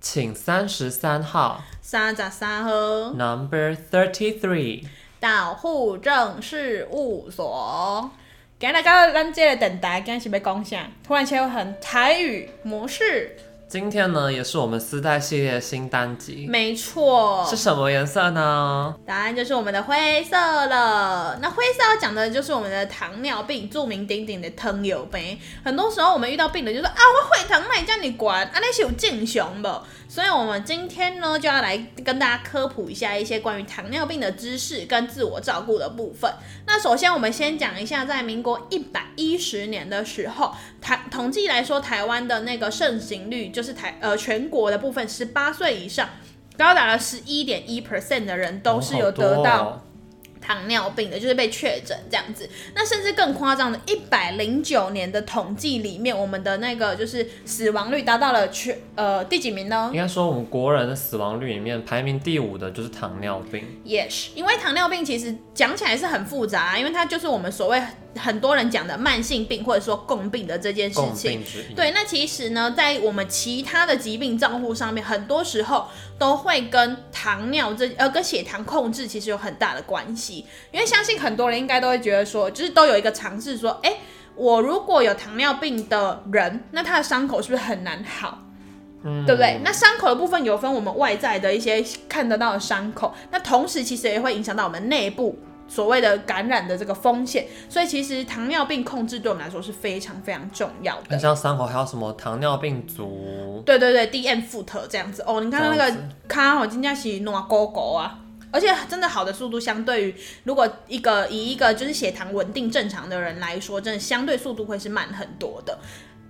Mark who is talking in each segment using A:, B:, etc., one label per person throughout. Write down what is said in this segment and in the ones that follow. A: 请三十三号
B: 三十三号
A: ，Number Thirty Three，
B: 到户政事务所。今日到咱这个电台，今日是要讲啥？突然切换台语模式，
A: 今天呢也是我们丝带系列新单集，
B: 没错
A: 是，什么颜色呢？
B: 答案就是我们的灰色了。那灰色要讲的就是我们的糖尿病，著名鼎鼎的糖友病。很多时候我们遇到病人就说啊，我血糖那叫你管，啊那是有正常的。所以我们今天呢就要来跟大家科普一下一些关于糖尿病的知识跟自我照顾的部分。那首先我们先讲一下，在民国一百一十年的时候，台统计来说，台湾的那个盛行率就是台呃全国的部分，十八岁以上。高达了十一点一 percent 的人都是有得
A: 哦好多
B: 到
A: 哦
B: 糖尿病的，就是被确诊这样子。那甚至更夸张的，一百零九年的统计里面，我们的那个就是死亡率达到了全呃第几名呢
A: 应该说我们国人的死亡率里面排名第五的就是糖尿病，
B: ？Yes，因为糖尿病其实讲起来是很复杂、啊因为它就是我们所谓很多人讲的慢性病或者说共病的这件事
A: 共
B: 情。
A: 病之一。
B: 对，那其实呢，在我们其他的疾病账户上面，很多时候都会跟糖尿这呃跟血糖控制其实有很大的关系，因为相信很多人应该都会觉得说，就是都有一个尝试说，哎、我如果有糖尿病的人，那他的伤口是不是很难好？
A: 嗯
B: 对不对？那伤口的部分有分我们外在的一些看得到的伤口，那同时其实也会影响到我们内部所谓的感染的这个风险，所以其实糖尿病控制对我们来说是非常非常重要的
A: 很。像伤口还有什么糖尿病足，
B: 对对对，DM foot 这样子哦。你看到那
A: 这样
B: 个
A: 子
B: 卡哦，真正是暖狗狗啊，而且真的好的速度，相对于如果一个以一个就是血糖稳定正常的人来说，真的相对速度会是慢很多的。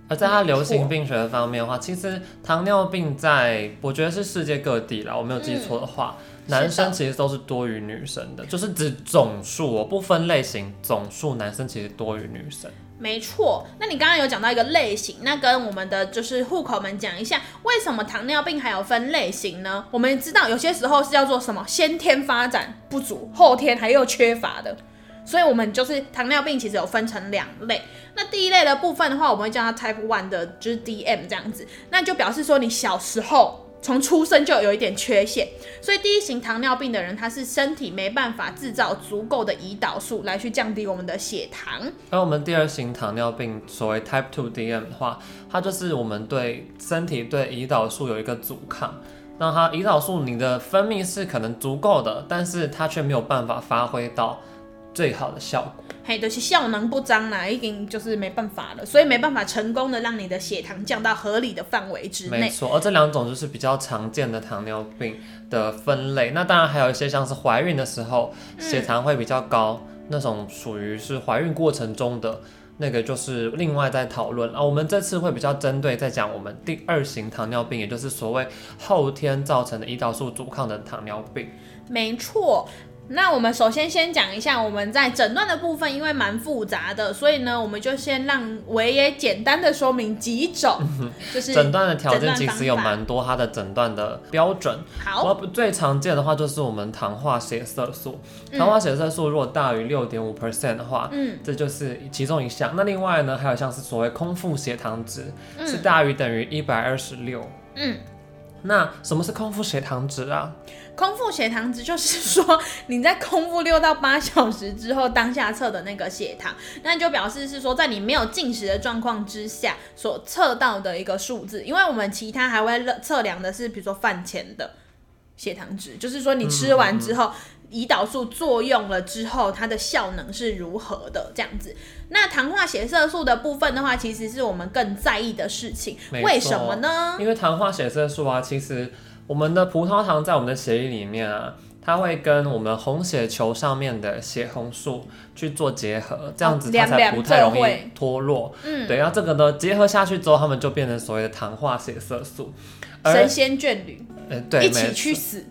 A: 而在它流行病学方面的话，其实糖尿病在我觉得是世界各地啦，我没有记错的话，
B: 是的
A: 男生其实都是多于女生的，就是指总数哦，不分类型，总数男生其实多于女生。
B: 没错，那你刚刚有讲到一个类型，那跟我们的就是户口们讲一下，为什么糖尿病还有分类型呢？我们知道有些时候是叫做什么先天发展不足，后天还有缺乏的，所以我们就是糖尿病其实有分成两类。那第一类的部分的话，我们会叫它 Type One 的，就是 DM 这样子，那就表示说你小时候。从出生就有一点缺陷，所以第一型糖尿病的人，他是身体没办法制造足够的胰岛素来去降低我们的血糖，
A: 而我们第二型糖尿病，所谓 Type Two DM 的话，它就是我们对身体对胰岛素有一个阻抗，让它胰岛素你的分泌是可能足够的，但是它却没有办法发挥到最好的效果。
B: 嘿，就是效能不彰啦，已经就是没办法了，所以没办法成功的让你的血糖降到合理的范围之
A: 没
B: 内。
A: 错，而这两种就是比较常见的糖尿病的分类。那当然还有一些像是怀孕的时候
B: 嗯
A: 血糖会比较高，那种属于是怀孕过程中的。那个就是另外在讨论啊，我们这次会比较针对在讲我们第二型糖尿病，也就是所谓后天造成的胰岛素阻抗的糖尿病。
B: 没错。那我们首先先讲一下我们在诊断的部分，因为蛮复杂的，所以呢，我们就先让维也简单的说明几 种，就是
A: 诊断的条
B: 诊
A: 件
B: 断
A: 其
B: 方
A: 实有
B: 法
A: 蛮多它的诊断的标准，
B: 好，
A: 我不最常见的话就是我们糖化血色素，糖化血色素如果大于六点五 percent 的话，
B: 嗯，
A: 这就是其中一项。那另外呢，还有像是所谓空腹血糖值、是大于等于一百二十六。
B: 嗯，
A: 那什么是空腹血糖值啊？
B: 空腹血糖值就是说你在空腹六到八小时之后当下测的那个血糖，那就表示是说在你没有进食的状况之下所测到的一个数字，因为我们其他还会勒测量的是比如说饭前的血糖值，就是说你吃完之后。胰岛素作用了之后，它的效能是如何的？这样子，那糖化血色素的部分的话，其实是我们更在意的事情。
A: 没
B: 为
A: 错
B: 什么呢？
A: 因为糖化血色素啊，其实我们的葡萄糖在我们的血液里面啊，它会跟我们红血球上面的血红素去做结合，这样子它
B: 两
A: 才
B: 哦两
A: 不太容
B: 就
A: 易
B: 会
A: 脱落。
B: 嗯，
A: 对，然后这个呢结合下去之后，它们就变成所谓的糖化血色素。而
B: 神仙眷侣
A: 呃，对，
B: 一
A: 没
B: 起去死。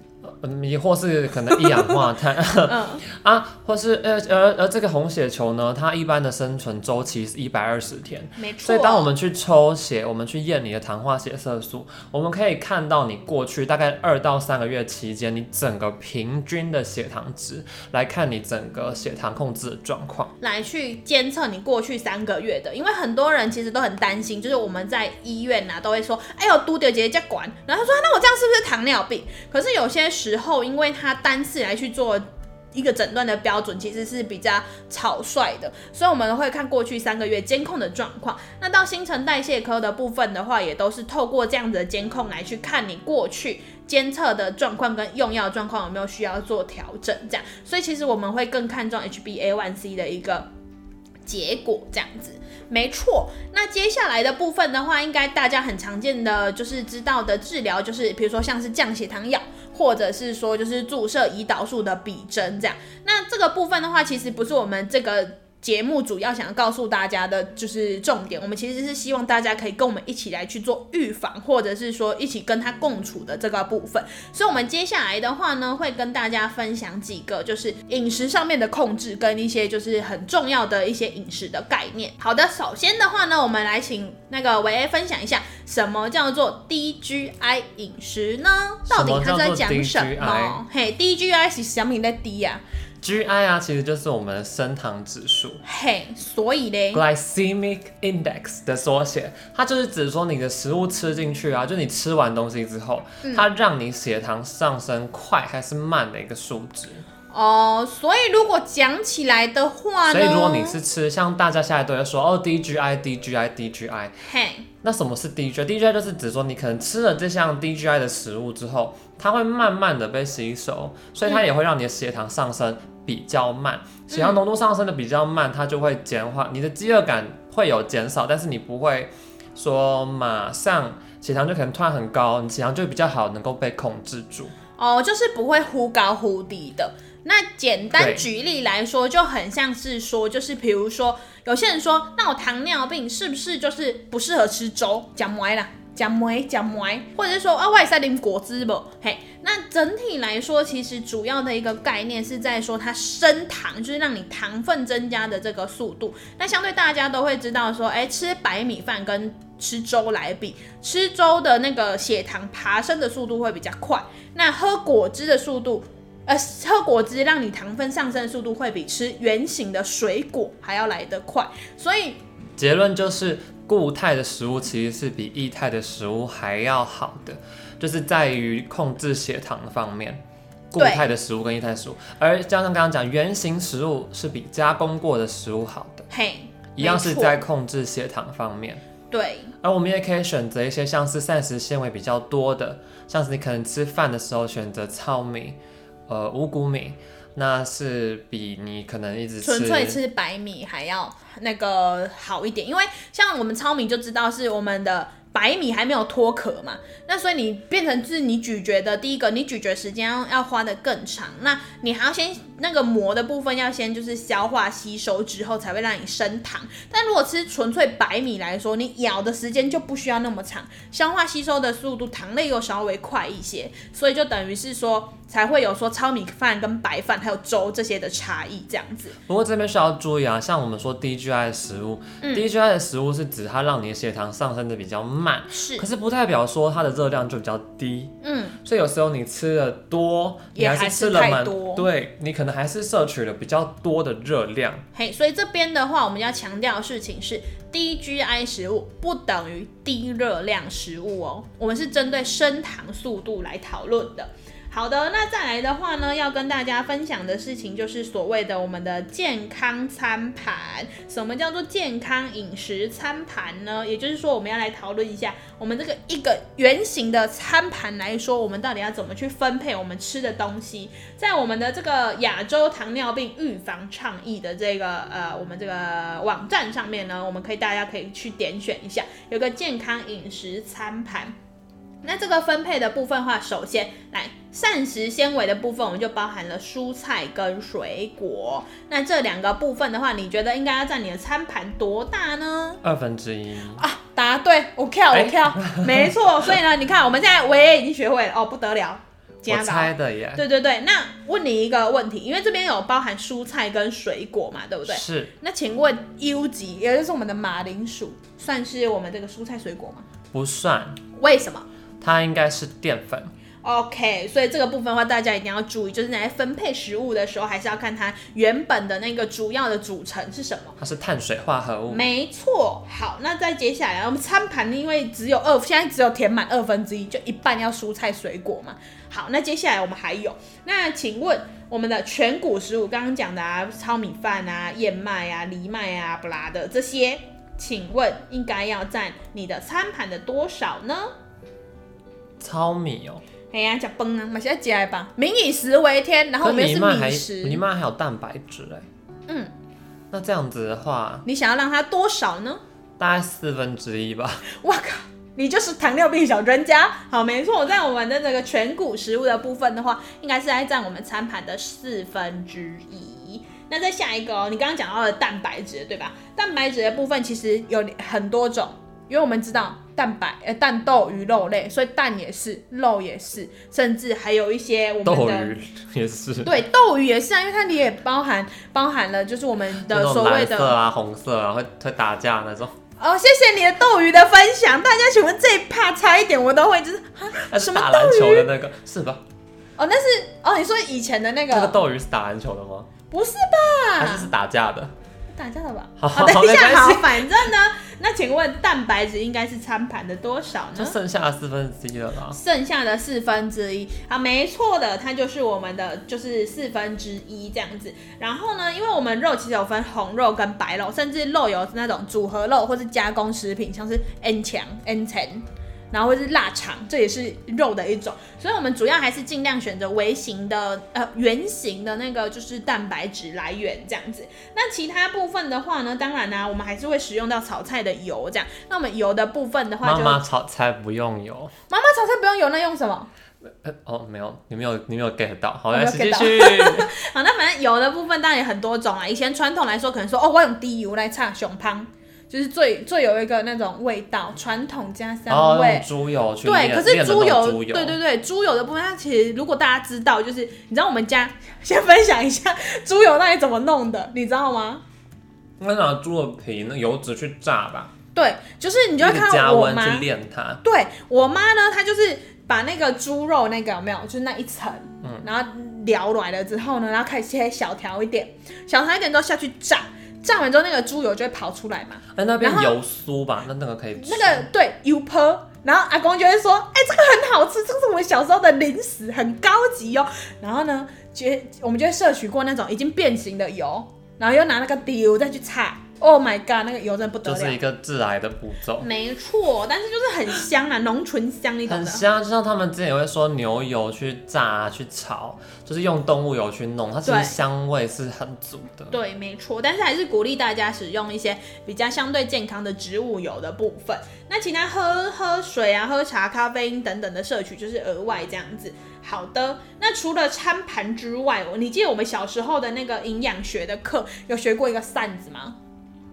A: 嗯，也或是可能一氧化碳
B: 嗯，
A: 啊，或是呃呃呃，这个红血球呢，它一般的生存周期是一百二十天，
B: 没错。
A: 所以当我们去抽血，我们去验你的糖化血色素，我们可以看到你过去大概二到三个月期间，你整个平均的血糖值，来看你整个血糖控制的状况。
B: 来去监测你过去三个月的，因为很多人其实都很担心，就是我们在医院呐、啊、都会说，哎呦，嘟丢姐姐管，然后他说、啊那我这样是不是糖尿病？可是有些时候，因为他单次来去做。一个诊断的标准其实是比较草率的，所以我们会看过去三个月监控的状况。那到新陈代谢科的部分的话，也都是透过这样子的监控来去看你过去监测的状况跟用药状况有没有需要做调整，这样。所以其实我们会更看重 HbA1c 的一个结果，这样子。没错，那接下来的部分的话，应该大家很常见的就是知道的治疗，就是比如说像是降血糖药，或者是说就是注射胰岛素的比针这样。那这个部分的话，其实不是我们这个。节目主要想要告诉大家的就是重点，我们其实是希望大家可以跟我们一起来去做预防，或者是说一起跟他共处的这个部分。所以，我们接下来的话呢，会跟大家分享几个就是饮食上面的控制，跟一些就是很重要的一些饮食的概念。好的，首先的话呢，我们来请那个维 A 分享一下什么叫做 DGI 饮食呢？到底他在讲什
A: 什么叫做
B: 么？嘿，DGI 是什么在 D 呀、
A: GI 啊，其实就是我们的升糖指数。
B: 嘿，所以嘞，
A: Glycemic Index 的缩写，它就是指说你的食物吃进去啊，就你吃完东西之后，它让你血糖上升快还是慢的一个数值。
B: 哦，所以如果讲起来的话呢，
A: 所以如果你是吃，像大家现在都在说哦 DGI DGI DGI，
B: 嘿，
A: 那什么是 DGI？DGI 就是指说你可能吃了这项 DGI 的食物之后，它会慢慢的被吸收，所以它也会让你的血糖上升比较慢，血糖浓度上升的比较慢，它就会减缓你的饥饿感会有减少，但是你不会说马上血糖就可能突然很高，你血糖就比较好能够被控制住。
B: 哦，就是不会忽高忽低的。那简单
A: 对
B: 举例来说，就很像是说，就是比如说，有些人说，那我糖尿病是不是就是不适合吃粥？讲歪啦，讲歪讲歪，或者是说啊，外塞啉果汁不？嘿，那整体来说，其实主要的一个概念是在说它升糖，就是让你糖分增加的这个速度。那相对大家都会知道说，哎、吃白米饭跟吃粥来比，吃粥的那个血糖爬升的速度会比较快，那喝果汁的速度呃，喝果汁让你糖分上升的速度会比吃圆形的水果还要来得快，所以
A: 结论就是，固态的食物其实是比液态的食物还要好的，就是在于控制血糖方面。固
B: 对
A: 态的食物跟液态食物，而加上刚刚讲，原型食物是比加工过的食物好的，
B: 嘿，
A: 一样是
B: 没错
A: 在控制血糖方面。
B: 对，
A: 而我们也可以选择一些像是膳食纤维比较多的，像是你可能吃饭的时候选择糙米、呃五谷米，那是比你可能一直吃
B: 纯粹吃白米还要那个好一点，因为像我们糙米就知道是我们的白米还没有脱壳嘛，那所以你变成是你咀嚼的第一个，你咀嚼时间要要花的更长，那你还要先那个膜的部分要先就是消化吸收之后才会让你升糖，但如果吃纯粹白米来说，你咬的时间就不需要那么长，消化吸收的速度糖类又稍微快一些，所以就等于是说才会有说糙米饭跟白饭还有粥这些的差异这样子。
A: 不过这边需要注意啊，像我们说 DGI 的食物、d
B: 嗯
A: g i 的食物是指它让你的血糖上升的比较慢，
B: 是
A: 可，是不代表说它的热量就比较低，
B: 嗯，
A: 所以有时候你吃的多，你
B: 也
A: 是
B: 还是
A: 吃了
B: 太
A: 蛮
B: 多
A: 对你可能还是摄取了比较多的热量。
B: 嘿，所以这边的话，我们要强调的事情是低 GI 食物不等于低热量食物哦，我们是针对升糖速度来讨论的。好的，那再来的话呢，要跟大家分享的事情就是所谓的我们的健康餐盘。什么叫做健康饮食餐盘呢？也就是说，我们要来讨论一下，我们这个一个圆形的餐盘来说，我们到底要怎么去分配我们吃的东西？在我们的这个亚洲糖尿病预防倡议的这个呃，我们这个网站上面呢，我们可以大家可以去点选一下，有个健康饮食餐盘。那这个分配的部分的话，首先来膳食纤维的部分，我们就包含了蔬菜跟水果。那这两个部分的话，你觉得应该要占你的餐盘多大呢？
A: 二分之一，
B: 啊，答对，我跳我
A: 哎
B: 跳，没错。所以呢，你看我们现在维也已经学会了哦，不得了，
A: 我
B: 加吧。
A: 猜的耶，
B: 对对对，那问你一个问题，因为这边有包含蔬菜跟水果嘛，对不对？
A: 是
B: 那请问 U 级，也就是我们的马铃薯，算是我们这个蔬菜水果吗？
A: 不算，
B: 为什么
A: 它应该是淀粉。
B: ？OK，所以这个部分的话，大家一定要注意，就是你在分配食物的时候，还是要看它原本的那个主要的组成是什么。
A: 它是碳水化合物，
B: 没错，好，那再接下来我们餐盘，因为只有二，现在只有填满二分之一，就一半要蔬菜水果嘛。好，那接下来我们还有，那请问我们的全谷食物，刚刚讲的啊，糙米饭啊、燕麦啊、藜麦啊、布拉的这些，请问应该要占你的餐盘的多少呢？
A: 糙米哦、
B: 哎呀，讲崩啊，马上起来吧。民以食为天，然后我
A: 可
B: 们
A: 是藜
B: 又是
A: 麦还
B: 米
A: 藜
B: 食，
A: 麦还有蛋白质哎、
B: 嗯，
A: 那这样子的话，
B: 你想要让它多少呢？
A: 大概四分之一吧。
B: 哇靠，你就是糖尿病小专家。好，没错，在我们的这个全谷食物的部分的话，应该是在占我们餐盘的四分之一。那再下一个哦，你刚刚讲到了蛋白质，对吧？蛋白质的部分其实有很多种，因为我们知道蛋白呃蛋豆鱼肉类，所以蛋也是，肉也是，甚至还有一些我们的
A: 斗鱼也是，
B: 对豆鱼也是啊，因为它里也包含包含了就是我们
A: 那
B: 的
A: 种
B: 所谓
A: 蓝
B: 的
A: 色啊、红色啊，会会打架那种。
B: 哦，谢谢你的斗鱼的分享。大家请问这一趴差一点我都会，就是哈
A: 那
B: 啊什
A: 是
B: 么
A: 打篮球的那个是吧？
B: 哦，那是哦，你说以前的那个
A: 那个斗鱼是打篮球的吗？
B: 不是
A: 还
B: 吧
A: 是？是打架的？
B: 打架了吧？
A: 好
B: 好，等一
A: 没关
B: 下，
A: 系
B: 好，反正呢，那请问蛋白质应该是餐盘的多少
A: 就
B: 呢？
A: 剩下四分之一了啦。
B: 剩下的四分之一啊，没错的，它就是我们的就是四分之一这样子。然后呢，因为我们肉其实有分红肉跟白肉，甚至肉有那种组合肉或是加工食品，像是 N 强、N 层，然后或是腊肠，这也是肉的一种。所以我们主要还是尽量选择微型的呃圆形的那个就是蛋白质来源这样子。那其他部分的话呢，当然呢、我们还是会使用到炒菜的油这样。那我们油的部分的话
A: 妈
B: 就，
A: 妈炒菜不用油。
B: 妈妈炒菜不用油，那用什么？
A: 呃哦，没有，你没有，你没有 get 到。好，
B: 我
A: 来
B: 没有
A: 继
B: get
A: 续。
B: 好，那反正油的部分当然也很多种啊。以前传统来说，可能说哦，我用低油来擦熊胖，就是最最有一个那种味道，传统加
A: 然后
B: 香味。
A: 哦用猪油去
B: 对，
A: 炼，
B: 可是
A: 炼的那
B: 猪
A: 种
B: 油，
A: 猪油，
B: 对对对，猪油的部分，它其实如果大家知道，就是你知道我们家先分享一下猪油到底怎么弄的，你知道吗？
A: 应该拿猪的皮那油脂去炸吧，
B: 对，就是你就会
A: 一直
B: 看
A: 加
B: 到我
A: 温
B: 妈
A: 去，炼它。
B: 对我妈呢，她就是把那个猪肉那个有没有，就是那一层，
A: 嗯
B: 然后撩软了之后呢，然后开始切小条一点，小条一点之后下去炸，炸完之后那个猪油就会跑出来嘛，
A: 哎，那边
B: 然后
A: 油酥吧，那那个可以吃。
B: 那个对油泼。然后阿公就会说：“哎、这个很好吃，这个是我们小时候的零食，很高级哦。”然后呢，觉我们就会摄取过那种已经变形的油，然后又拿那个油再去擦。Oh my god，那个油真的不得
A: 就
B: 了，
A: 是一个致癌的步骤。
B: 没错，但是就是很香啊，浓醇香，你懂
A: 很
B: 的。
A: 香，就像他们之前也会说牛油去炸、啊、去炒，就是用动物油去弄，它其
B: 对
A: 实香味是很足的。
B: 对，没错，但是还是鼓励大家使用一些比较相对健康的植物油的部分。那其他喝喝水啊、喝茶、咖啡因等等的摄取就是额外这样子。好的，那除了餐盘之外，你记得我们小时候的那个营养学的课有学过一个扇子吗？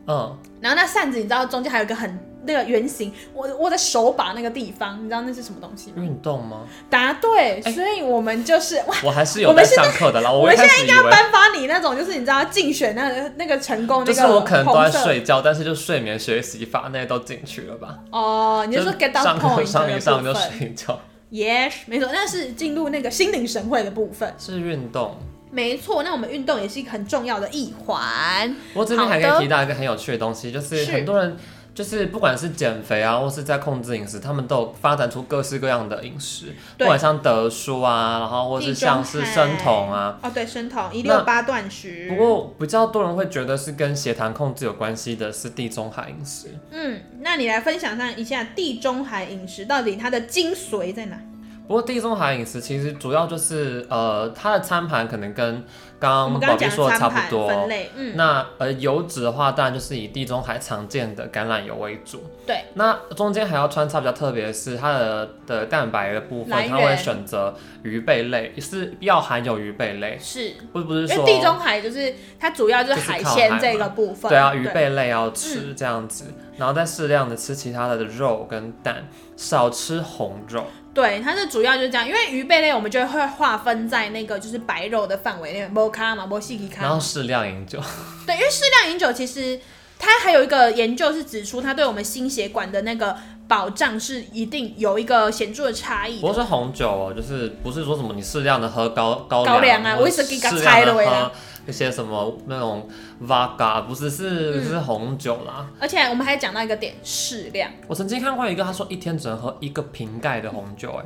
A: 嗯，
B: 然后那扇子你知道中间还有一个很那个圆形，我我的手把那个地方，你知道那是什么东西吗？
A: 运动吗？
B: 答
A: 嗯
B: 对，
A: 哎
B: 所以我们就是哇。
A: 我还是
B: 我
A: 有
B: 们
A: 在
B: 现在
A: 上课的啦。
B: 我
A: 我
B: 们
A: 一
B: 现
A: 开
B: 在
A: 始
B: 应
A: 以
B: 该要
A: 为
B: 颁发你那种，就是你知道竞选那个那个成功
A: 就
B: 那
A: 是
B: 个
A: 我可能都
B: 红
A: 在
B: 色
A: 睡觉，但是就睡眠学习法那些都进去了吧？
B: 哦，你就说 get
A: 上
B: down point
A: 上
B: 这
A: 一
B: 个
A: 上
B: 部
A: 就
B: 分
A: 睡觉，
B: ，yes，没错，那是进入那个心领神会的部分，
A: 是运动。
B: 没错。那我们运动也是一个很重要的一环，
A: 不过这边还可
B: 好的
A: 以提到一个很有趣的东西，就是
B: 是
A: 很多人就是不管是减肥啊，或是在控制饮食，他们都有发展出各式各样的饮食，不
B: 对
A: 管像德叔啊，然后或是像是生酮啊。
B: 哦，对，生酮一六
A: 那
B: 八断食，
A: 不过比较多人会觉得是跟血糖控制有关系的是地中海饮食。
B: 嗯，那你来分享上一下地中海饮食到底它的精髓在哪？
A: 不过地中海饮食其实主要就是呃，它的餐盘可能跟
B: 我
A: 刚
B: 们
A: 刚嗯宝
B: 刚刚
A: 贝
B: 讲
A: 说的
B: 餐
A: 差不
B: 盘
A: 多。
B: 分类，嗯，
A: 那呃油脂的话，当然就是以地中海常见的橄榄油为主。
B: 对。
A: 那中间还要穿插比较特别的是它的的蛋白的部
B: 来
A: 分，
B: 源
A: 它会选择鱼贝类，是要含有鱼贝类，
B: 是。
A: 不不是
B: 因为
A: 说
B: 地中海就是它主要就是
A: 就是
B: 海
A: 靠
B: 鲜
A: 海
B: 这
A: 嘛
B: 个部分，
A: 对啊，鱼贝类要吃这样子，然后再适量的吃其他的肉跟蛋，少吃红肉。
B: 对，它是主要就是这样，因为鱼贝类我们就会划分在那个就是白肉的范围内，摩卡嘛，摩西吉
A: 然后
B: 卡。
A: 适量饮酒，
B: 对，因为适量饮酒其实它还有一个研究是指出，它对我们心血管的那个保障是一定有一个显著的差异
A: 不
B: 的。
A: 过是红酒哦，就是不是说什么你适量的喝高高
B: 高粱啊
A: 或者
B: 我一直给它
A: 适
B: 猜
A: 量的
B: 了喂
A: 喝一些什么那种 vodka，不是是、
B: 嗯
A: 是红酒啦。
B: 而且我们还讲到一个点，适量。
A: 我曾经看过一个，他说一天只能喝一个瓶盖的红酒、哎，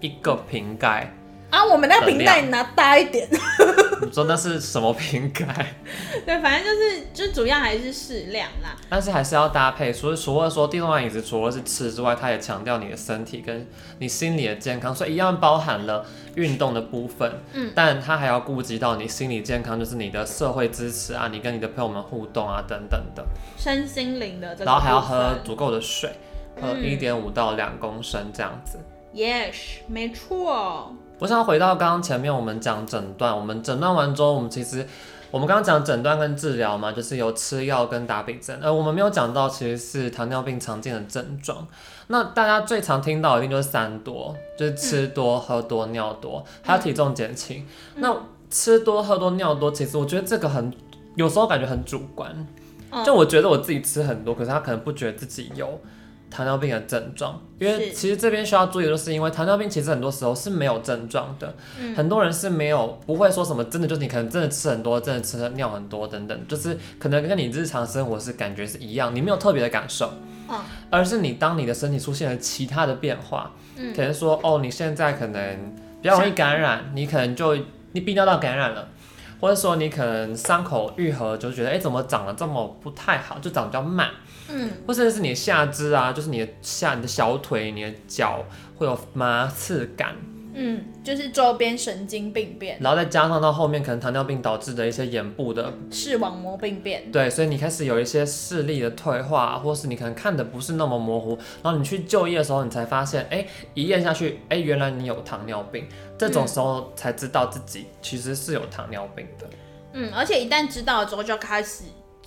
A: 一个瓶盖，
B: 啊，我们那个瓶盖拿大一点。
A: 你说那是什么瓶盖？
B: 对，反正就是就主要还是适量啦。
A: 但是还是要搭配，所以除了说电动饮食，除了是吃之外，它也强调你的身体跟你心理的健康，所以一样包含了运动的部分。
B: 嗯，
A: 但它还要顾及到你心理健康，就是你的社会支持啊，你跟你的朋友们互动啊等等的，
B: 身心灵的这个
A: 然后还要
B: 部分
A: 喝足够的水，喝
B: 嗯
A: 一点五到两公升这样子。
B: Yes，没错。
A: 我想回到刚刚前面我们讲诊断，我们诊断完之后，我们其实我们刚刚讲诊断跟治疗嘛，就是有吃药跟打比针，呃，我们没有讲到其实是糖尿病常见的症状。那大家最常听到的一定就是三多，就是吃多、喝多、尿多，还有体重减轻。那吃多、喝多、尿多，其实我觉得这个很有时候感觉很主观，
B: 嗯
A: 就我觉得我自己吃很多，可是他可能不觉得自己有糖尿病的症状，因为
B: 是
A: 其实这边需要注意的就是，因为糖尿病其实很多时候是没有症状的，
B: 嗯
A: 很多人是没有不会说什么真的就是你可能真的吃很多，真的吃了尿很多等等，就是可能跟你日常生活是感觉是一样，你没有特别的感受，
B: 嗯
A: 而是你当你的身体出现了其他的变化，
B: 嗯
A: 可能说哦，你现在可能比较容易感染，你可能就你泌尿道感染了，或者说你可能伤口愈合，就觉得哎、诶怎么长得这么不太好，就长得比较慢，
B: 嗯
A: 或甚至是你的下肢啊，就是你的下你的小腿、你的脚会有麻刺感，
B: 嗯，就是周边神经病变、
A: 然后再加上到后面可能糖尿病导致的一些眼部的
B: 视网膜病变。
A: 对，所以你开始有一些视力的退化，或是你可能看的不是那么模糊，然后你去就医的时候，你才发现，哎、一验下去，哎、原来你有糖尿病。这种
B: 嗯
A: 时候才知道自己其实是有糖尿病的。
B: 嗯，而且一旦知道了之后，就要开始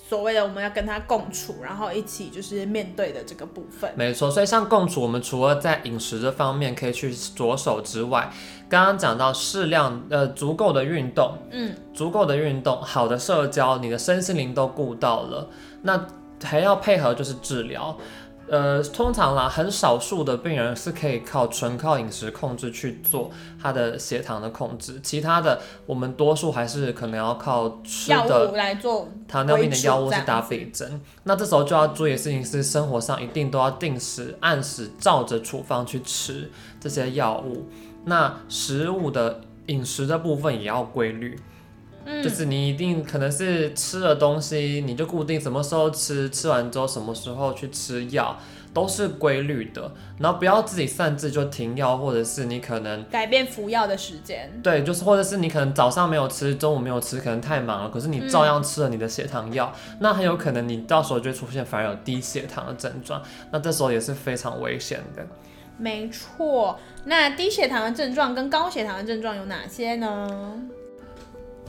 B: 所谓的我们要跟他共处，然后一起就是面对的这个部分。
A: 没错，所以像共处，我们除了在饮食这方面可以去着手之外，刚刚讲到适量呃足够的运动，
B: 嗯，
A: 足够的运动、好的社交，你的身心灵都顾到了，那还要配合就是治疗。呃，通常啦，很少数的病人是可以靠纯靠饮食控制去做他的血糖的控制，其他的我们多数还是可能要靠吃
B: 药
A: 的
B: 物来做。
A: 糖尿病的药物是打
B: 为
A: 比针，那这时候就要注意的事情是，生活上一定都要定时、按时、照着处方去吃这些药物。那食物的饮食的部分也要规律，
B: 嗯，
A: 就是你一定可能是吃了东西，你就固定什么时候吃，吃完之后什么时候去吃药，都是规律的。然后不要自己擅自就停药，或者是你可能
B: 改变服药的时间。
A: 对，就是或者是你可能早上没有吃，中午没有吃，可能太忙了，可是
B: 嗯
A: 你照样吃了你的血糖药，那很有可能你到时候就会出现反而有低血糖的症状，那这时候也是非常危险的。
B: 没错，那低血糖的症状跟高血糖的症状有哪些呢？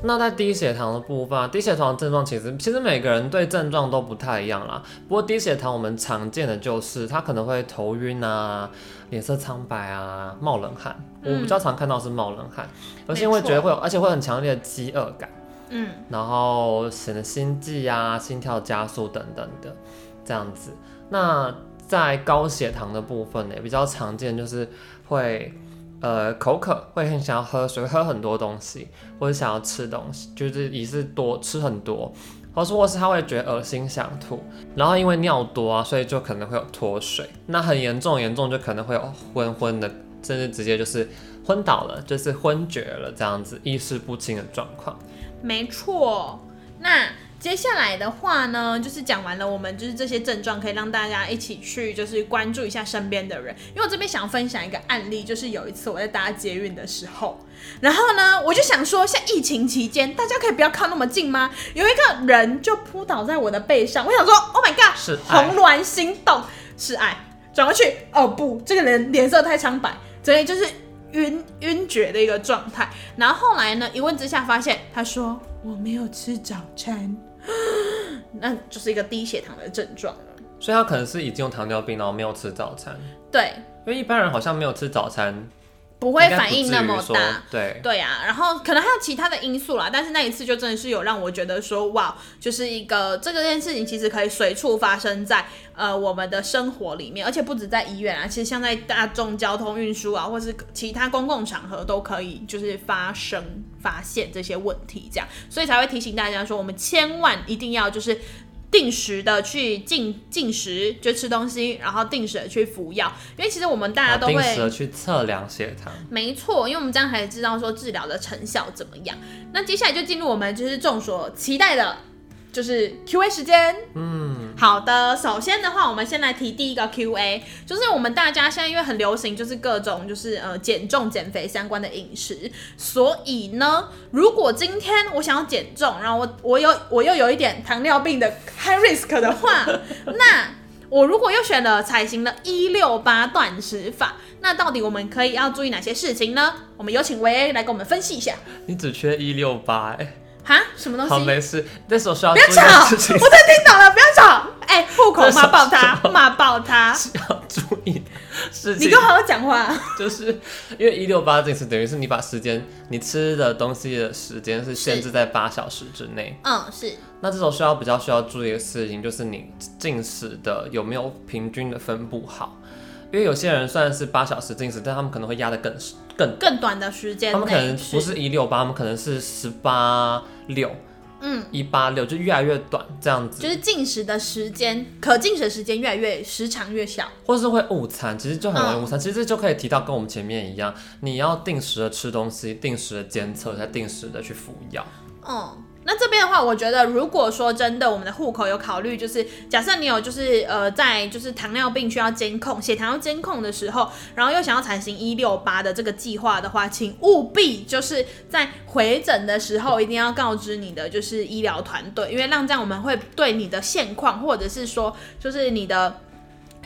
A: 那在低血糖的部分啊，低血糖的症状其实其实每个人对症状都不太一样啦。不过低血糖我们常见的就是它可能会头晕啊、脸色苍白啊、冒冷汗。我
B: 嗯
A: 比较常看到是冒冷汗，而
B: 没
A: 是因为
B: 错
A: 觉得会有，而且会很强烈的饥饿感，
B: 嗯，
A: 然后显得心悸啊、心跳加速等等的这样子。那在高血糖的部分呢，比较常见就是会呃口渴，会很想要喝水，喝很多东西，或者想要吃东西，就是也是多吃很多，或是或是他会觉得恶心想吐，然后因为尿多啊，所以就可能会有脱水，那很严重严重就可能会有昏昏的，甚至直接就是昏倒了，就是昏厥了这样子，意识不清的状况。
B: 没错。那接下来的话呢，就是讲完了我们就是这些症状，可以让大家一起去就是关注一下身边的人。因为我这边想分享一个案例，就是有一次我在搭捷运的时候，然后呢，我就想说，像疫情期间，大家可以不要靠那么近吗？有一个人就扑倒在我的背上，我想说，Oh my god，
A: 是爱
B: 红鸾心动是爱，转过去哦不，这个人脸色太苍白，所以就是晕晕厥的一个状态。然后后来呢，一问之下发现，他说我没有吃早餐， 那就是一个低血糖的症状了。
A: 所以他可能是已经有糖尿病，然后没有吃早餐。
B: 对对，
A: 因为一般人好像没有吃早餐，
B: 不
A: 不
B: 会反应那么
A: 至于说
B: 大。。
A: 对，
B: 对啊，然后可能还有其他的因素啦，但是那一次就真的是有让我觉得说，哇，就是一个这个件事情其实可以随处发生在呃我们的生活里面，而且不止在医院啊，其实像在大众交通运输啊，或是其他公共场合都可以就是发生发现这些问题，这样，所以才会提醒大家说，我们千万一定要就是定时的去进进食，就吃东西，然后定时的去服药，因为其实我们大家
A: 然
B: 都
A: 后
B: 会
A: 定时的去测量血糖。
B: 没错，因为我们这样才知道说治疗的成效怎么样。那接下来就进入我们就是众所期待的，就是 Q&A 时间。嗯，好的，首先的话，我们先来提第一个 Q&A，就是我们大家现在因为很流行，就是各种就是呃减重、减肥相关的饮食，所以呢，如果今天我想要减重，然后我我有我又有一点糖尿病的 high risk 的话，那我如果又选了采行了一六八断食法，那到底我们可以要注意哪些事情呢？我们有请维 A 来给我们分析一下。
A: 你只缺一六八，哎，
B: 哈，什么东
A: 好
B: 西？
A: 没事。那时候需要
B: 不
A: 注
B: 要
A: 意
B: 吵！
A: 的
B: 我
A: 事情
B: 真的听懂了，不要 吵！哎、户口
A: 这是
B: 骂爆
A: 什
B: 他，骂爆他！
A: 是要注意的事
B: 你
A: 情
B: 给我，好好讲话。
A: 就是因为一六八这次等于是你把时间，你吃的东西的时间是限制在八小时之内。
B: 嗯，是
A: 那这时候需要比较需要注意的事情，就是你进食的有没有平均的分布好。因为有些人虽然是八小时进食，但他们可能会压得更更，
B: 更短的时间
A: 他们可能
B: 内
A: 不是一六八，他们可能是十八六、
B: 嗯，
A: 一八六，就越来越短这样子，
B: 就是进食的时间，可进食的时间越来越时长越小。
A: 或是会误餐，其实就很容易
B: 嗯
A: 误餐。其实这就可以提到跟我们前面一样，你要定时的吃东西，定时的监测，再定时的去服药。
B: 嗯，那这边的话，我觉得如果说真的，我们的户口有考虑，就是假设你有就是呃，在就是糖尿病需要监控、血糖要监控的时候，然后又想要采行一六八的这个计划的话，请务必就是在回诊的时候一定要告知你的就是医疗团队，因为让这样我们会对你的现况或者是说就是你的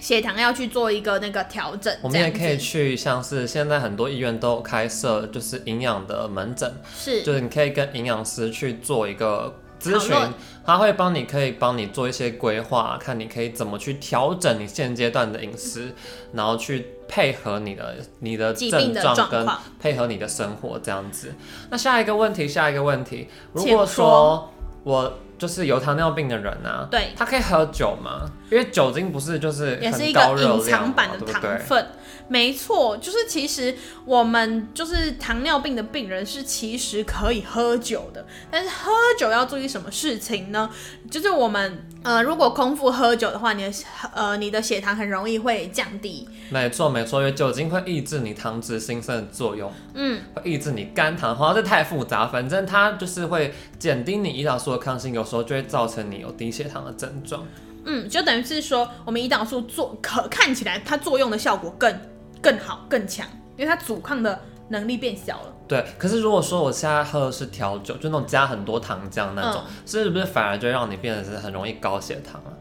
B: 血糖要去做一个那个调整，
A: 我
B: 这
A: 们
B: 样
A: 也可以
B: 子
A: 去，像是现在很多医院都有开设就是营养的门诊，
B: 是
A: 就是你可以跟营养师去做一个咨询
B: 讨论，
A: 他会帮你可以帮你做一些规划，看你可以怎么去调整你现阶段的饮食，然后去配合你的你的
B: 嗯疾
A: 症
B: 病的
A: 状
B: 状
A: 跟
B: 况
A: 配合你的生活这样子。那下一个问题，下一个问题，如
B: 请
A: 果说
B: 说
A: 我就是有糖尿病的人啊，
B: 对
A: 他可以喝酒吗？因为酒精不是就是
B: 也是
A: 很
B: 一
A: 高热
B: 个隐
A: 量
B: 藏
A: 嘛
B: 版的
A: 对不
B: 糖
A: 对
B: 分。没错，就是其实我们就是糖尿病的病人是其实可以喝酒的，但是喝酒要注意什么事情呢？就是我们呃，如果空腹喝酒的话，你的呃你的血糖很容易会降低。
A: 没错没错，因为酒精会抑制你糖脂新生的作用，
B: 嗯，
A: 会抑制你肝糖化，这太复杂，反正它就是会减低你胰岛素的抗性，有时候就会造成你有低血糖的症状。
B: 嗯，就等于是说，我们胰岛素做可看起来它作用的效果更更好更强，因为它阻抗的能力变小了。
A: 对，可是如果说我现在喝的是调酒，就那种加很多糖浆那种，是不是反而就让你变得是很容易高血糖啊？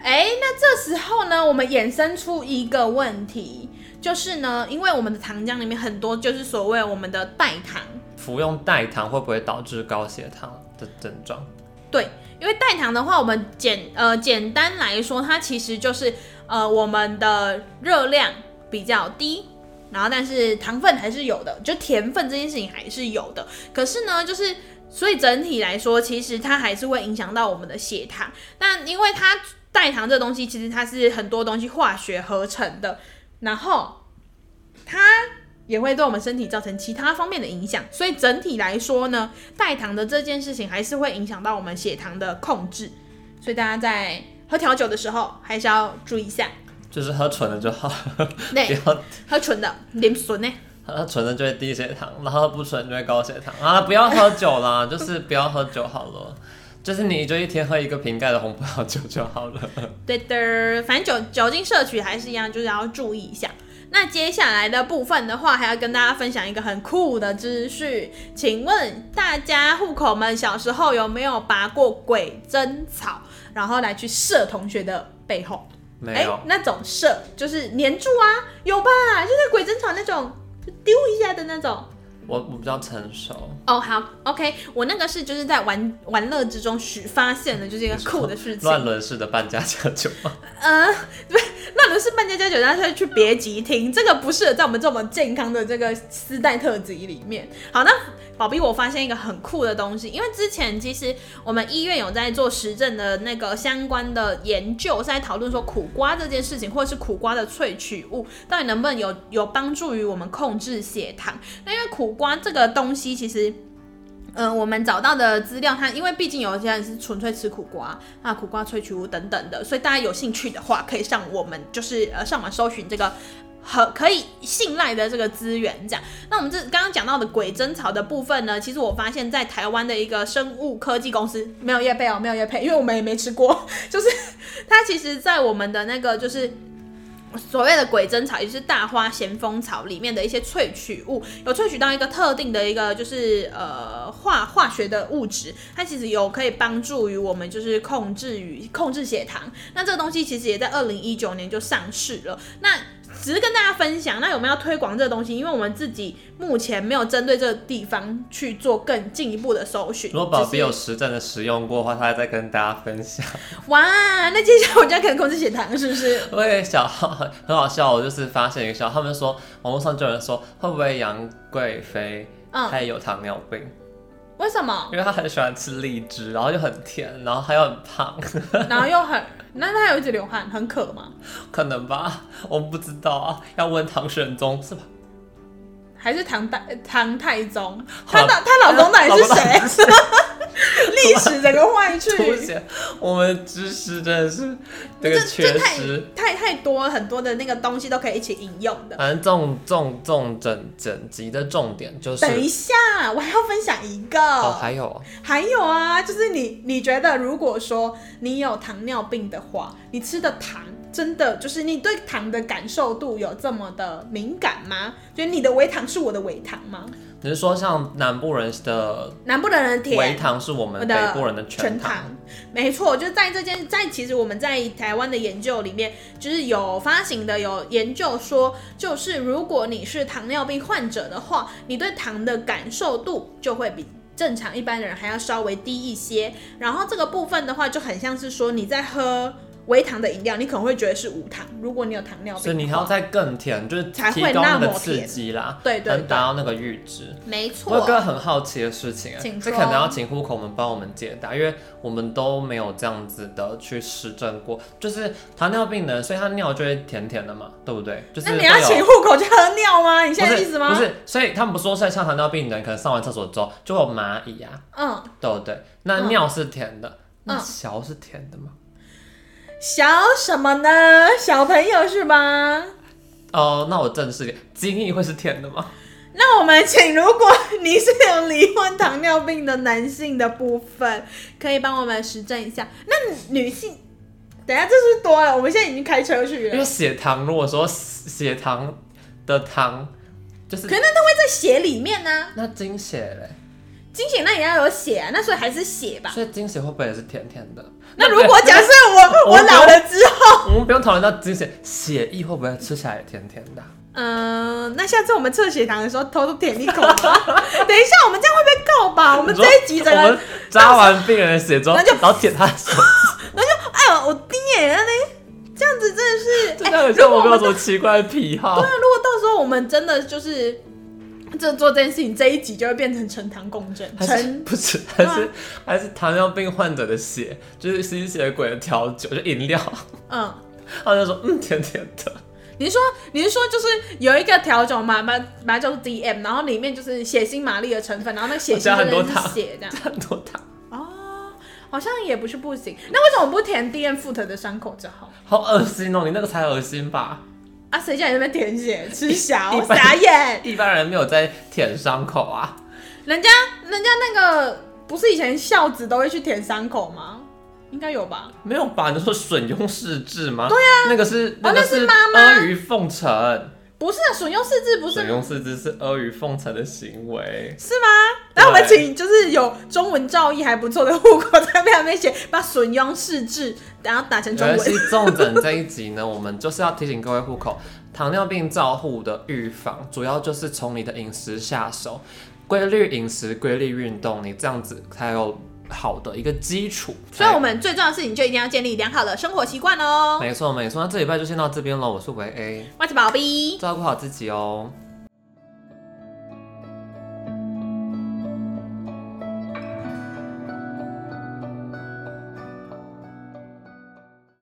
B: 哎，那这时候呢，我们衍生出一个问题，就是呢，因为我们的糖浆里面很多就是所谓我们的代糖，
A: 服用代糖会不会导致高血糖的症状？
B: 对，因为代糖的话，我们简呃简单来说，它其实就是呃我们的热量比较低。然后，但是糖分还是有的，就甜分这件事情还是有的。可是呢，就是所以整体来说，其实它还是会影响到我们的血糖。但因为它代糖这东西，其实它是很多东西化学合成的，然后它也会对我们身体造成其他方面的影响。所以整体来说呢，代糖的这件事情还是会影响到我们血糖的控制，所以大家在喝调酒的时候还是要注意一下。
A: 就是喝纯的就好，不
B: 对，
A: 要
B: 喝纯的脸损呢？
A: 喝纯的就会低血糖，然后不纯就会高血糖啊！不要喝酒啦， 就是不要喝酒好了，就是你就一天喝一个瓶盖的红葡萄酒就好 了。
B: 对的，反正酒酒精摄取还是一样，就是要注意一下。那接下来的部分的话，还要跟大家分享一个很酷的知识。请问大家户口们小时候有没有拔过鬼针草，然后来去射同学的背后？
A: 没
B: 哎、
A: 有，
B: 那种射就是粘住啊，有吧？就在鬼针草那种，就丢一下的那种，
A: 我我比较成熟，
B: 哦，好，OK，我那个是就是在玩玩乐之中许发现的，就是一个酷的事情。
A: 乱伦式的半家家酒吗？
B: 呃，那不是扮家家酒，大家去别急听，这个不适合在我们这么健康的这个丝带特辑里面。好，那宝碧，我发现一个很酷的东西，因为之前其实我们医院有在做实证的那个相关的研究，是在讨论说苦瓜这件事情，或者是苦瓜的萃取物到底能不能有有帮助于我们控制血糖。那因为苦瓜这个东西，其实。嗯，我们找到的资料，它因为毕竟有些人是纯粹吃苦瓜，啊，苦瓜萃取物等等的，所以大家有兴趣的话，可以上我们就是呃上网搜寻这个很可以信赖的这个资源。这样，那我们这刚刚讲到的鬼针草的部分呢，其实我发现在台湾的一个生物科技公司没有叶配哦，没有叶配，因为我们也没吃过，就是它其实在我们的那个就是所谓的鬼针草，也就是大花咸丰草里面的一些萃取物，有萃取到一个特定的一个就是呃化化学的物质，它其实有可以帮助于我们就是控制与控制血糖。那这个东西其实也在二零一九年就上市了。那只是跟大家分享，那我们要推广这个东西，因为我们自己目前没有针对这个地方去做更进一步的搜寻。
A: 如果宝碧
B: 只是
A: 有实战的使用过的话，他还在跟大家分享。
B: 哇，那接下来我就要开始控制血糖，是不是？
A: 我有一个小号很好笑，我就是发现一个笑，他们说网络上就有人说会不会杨贵妃
B: 嗯，
A: 她也有糖尿病，
B: 为什么？
A: 因为她很喜欢吃荔枝，然后又很甜，然后她又很胖，
B: 然后又很，那他有一直流汗，很渴吗？
A: 可能吧， 我不知道啊，要问唐玄宗是吧？
B: 还是唐太唐太宗，
A: 好
B: 她老她老公到底是
A: 老公
B: 谁？历史整个坏去，
A: 凸显我们知识真的是这个
B: 这
A: 缺
B: 这太
A: 失。呃
B: 太太多很多的那个东西都可以一起引用的。
A: 反正重重重整整集的重点就是
B: 等一下，我还要分享一个，
A: 哦，还有哦
B: 还有啊，就是你你觉得如果说你有糖尿病的话，你吃的糖真的就是你对糖的感受度有这么的敏感吗？就是你的微糖是我的微糖吗？
A: 你是说像南部人的
B: 南部的人甜，
A: 微糖是我们北部人的
B: 哦全
A: 全糖？
B: 糖，没错，就在这件在其实我们在台湾的研究里面，就是有发行的有研究说，就是如果你是糖尿病患者的话，你对糖的感受度就会比。正常一般人还要稍微低一些，然后这个部分的话就很像是说你在喝微糖的饮料，你可能会觉得是无糖。如果你有糖尿病的话，
A: 所以你还要再更甜，就是
B: 才
A: 提
B: 会
A: 高
B: 那
A: 那个
B: 么
A: 刺
B: 甜
A: 激啦，
B: 对对
A: 能达到那个阈值。
B: 没
A: 我有
B: 错，啊
A: 个很好奇的事情、哎，
B: 请
A: 这
B: 说啊
A: 可能要请户口们帮我们解答，因为我们都没有这样子的去实证过。就是糖尿病的人，所以他尿就会甜甜的嘛，对不对？就是
B: 那你
A: 会
B: 要
A: 有
B: 请户口去喝尿吗？你
A: 不
B: 现在
A: 是
B: 意思吗？
A: 不，是，所以他们不是说，像像糖尿病的人，可能上完厕所之后就会有蚂蚁啊，
B: 嗯，
A: 对不对？那
B: 嗯
A: 尿是甜的，那
B: 嗯
A: 小是甜的吗？
B: 小什么呢？小朋友是吧？
A: 哦，那我正式点，精液会是甜的吗？
B: 那我们请，如果你是有罹患糖尿病的男性的部分，可以帮我们实证一下。那女性，等一下这是多了，我们现在已经开车去
A: 因
B: 了
A: 为，血糖，如果说血糖的糖就是
B: 可那都会在血里面呢、
A: 那经血嘞，
B: 经血那也要有血啊，那所以还是血吧。
A: 所以经血会不会也是甜甜的？
B: 那如果假设我
A: 我
B: 我老了之后，
A: 我们不用讨论到经血，血液会不会吃起来也甜甜的啊？
B: 嗯、那下次我们测血糖的时候偷偷舔一 口吧。等一下，我们这样会被告吧？我
A: 我
B: 们这一集整
A: 我
B: 个
A: 们，扎完病人的血之后，
B: 那就
A: 然后舔他的 手，
B: 哎呦，我滴眼泪，这样子真的 是，
A: 这
B: 哎
A: 样很
B: 如
A: 像
B: 果
A: 我
B: 我
A: 没有
B: 们
A: 什么奇怪的癖好
B: 对。啊，如果到时候我们真的就是这做这件事情，这一集就会变成呈堂共振，
A: 还是
B: 呈
A: 不是还是、还是糖尿病患者的血，就是吸血鬼的调酒，就饮料，
B: 嗯。
A: 他就说嗯甜甜的，
B: 你是说你是说就是有一个调酒嘛，把把它叫做 DM，然后里面就是血腥玛丽的成分，然后那个血
A: 我加
B: 腥
A: 很
B: 真
A: 多
B: 的是
A: 糖
B: 血 这样
A: 很多糖，
B: 哦，好像也不是不行。那为什么不填 DM foot 的伤口就好？
A: 好恶心哦！你那个才恶心吧？
B: 啊，谁叫你在那边填血吃小
A: 一
B: 我
A: 般
B: 傻眼？
A: 一般人没有在舔伤口啊，
B: 人家人家那个不是以前孝子都会去填伤口吗？应该有吧？
A: 没有吧？你说吮痈试治吗？对啊，那个是个
B: 哦那是
A: 是
B: 妈妈
A: 阿谀奉承，
B: 不是啊，损用四字不是
A: 吮痈试治是阿谀奉承的行为，
B: 是吗？然后我们请就是有中文造诣还不错的护国在那边写，把损庸世治，然后打成中
A: 尤
B: 文
A: 其。重症这一集呢，我们就是要提醒各位户口，糖尿病照护的预防，主要就是从你的饮食下手，规律饮食，规律运动，你这样子才有好的一个基础。
B: 所以，我们最重要的事情就一定要建立良好的生活习惯哦。
A: 没错没错，那这礼拜就先到这边了。我是维 A，
B: 我是宝贝。
A: 照顾好自己哦。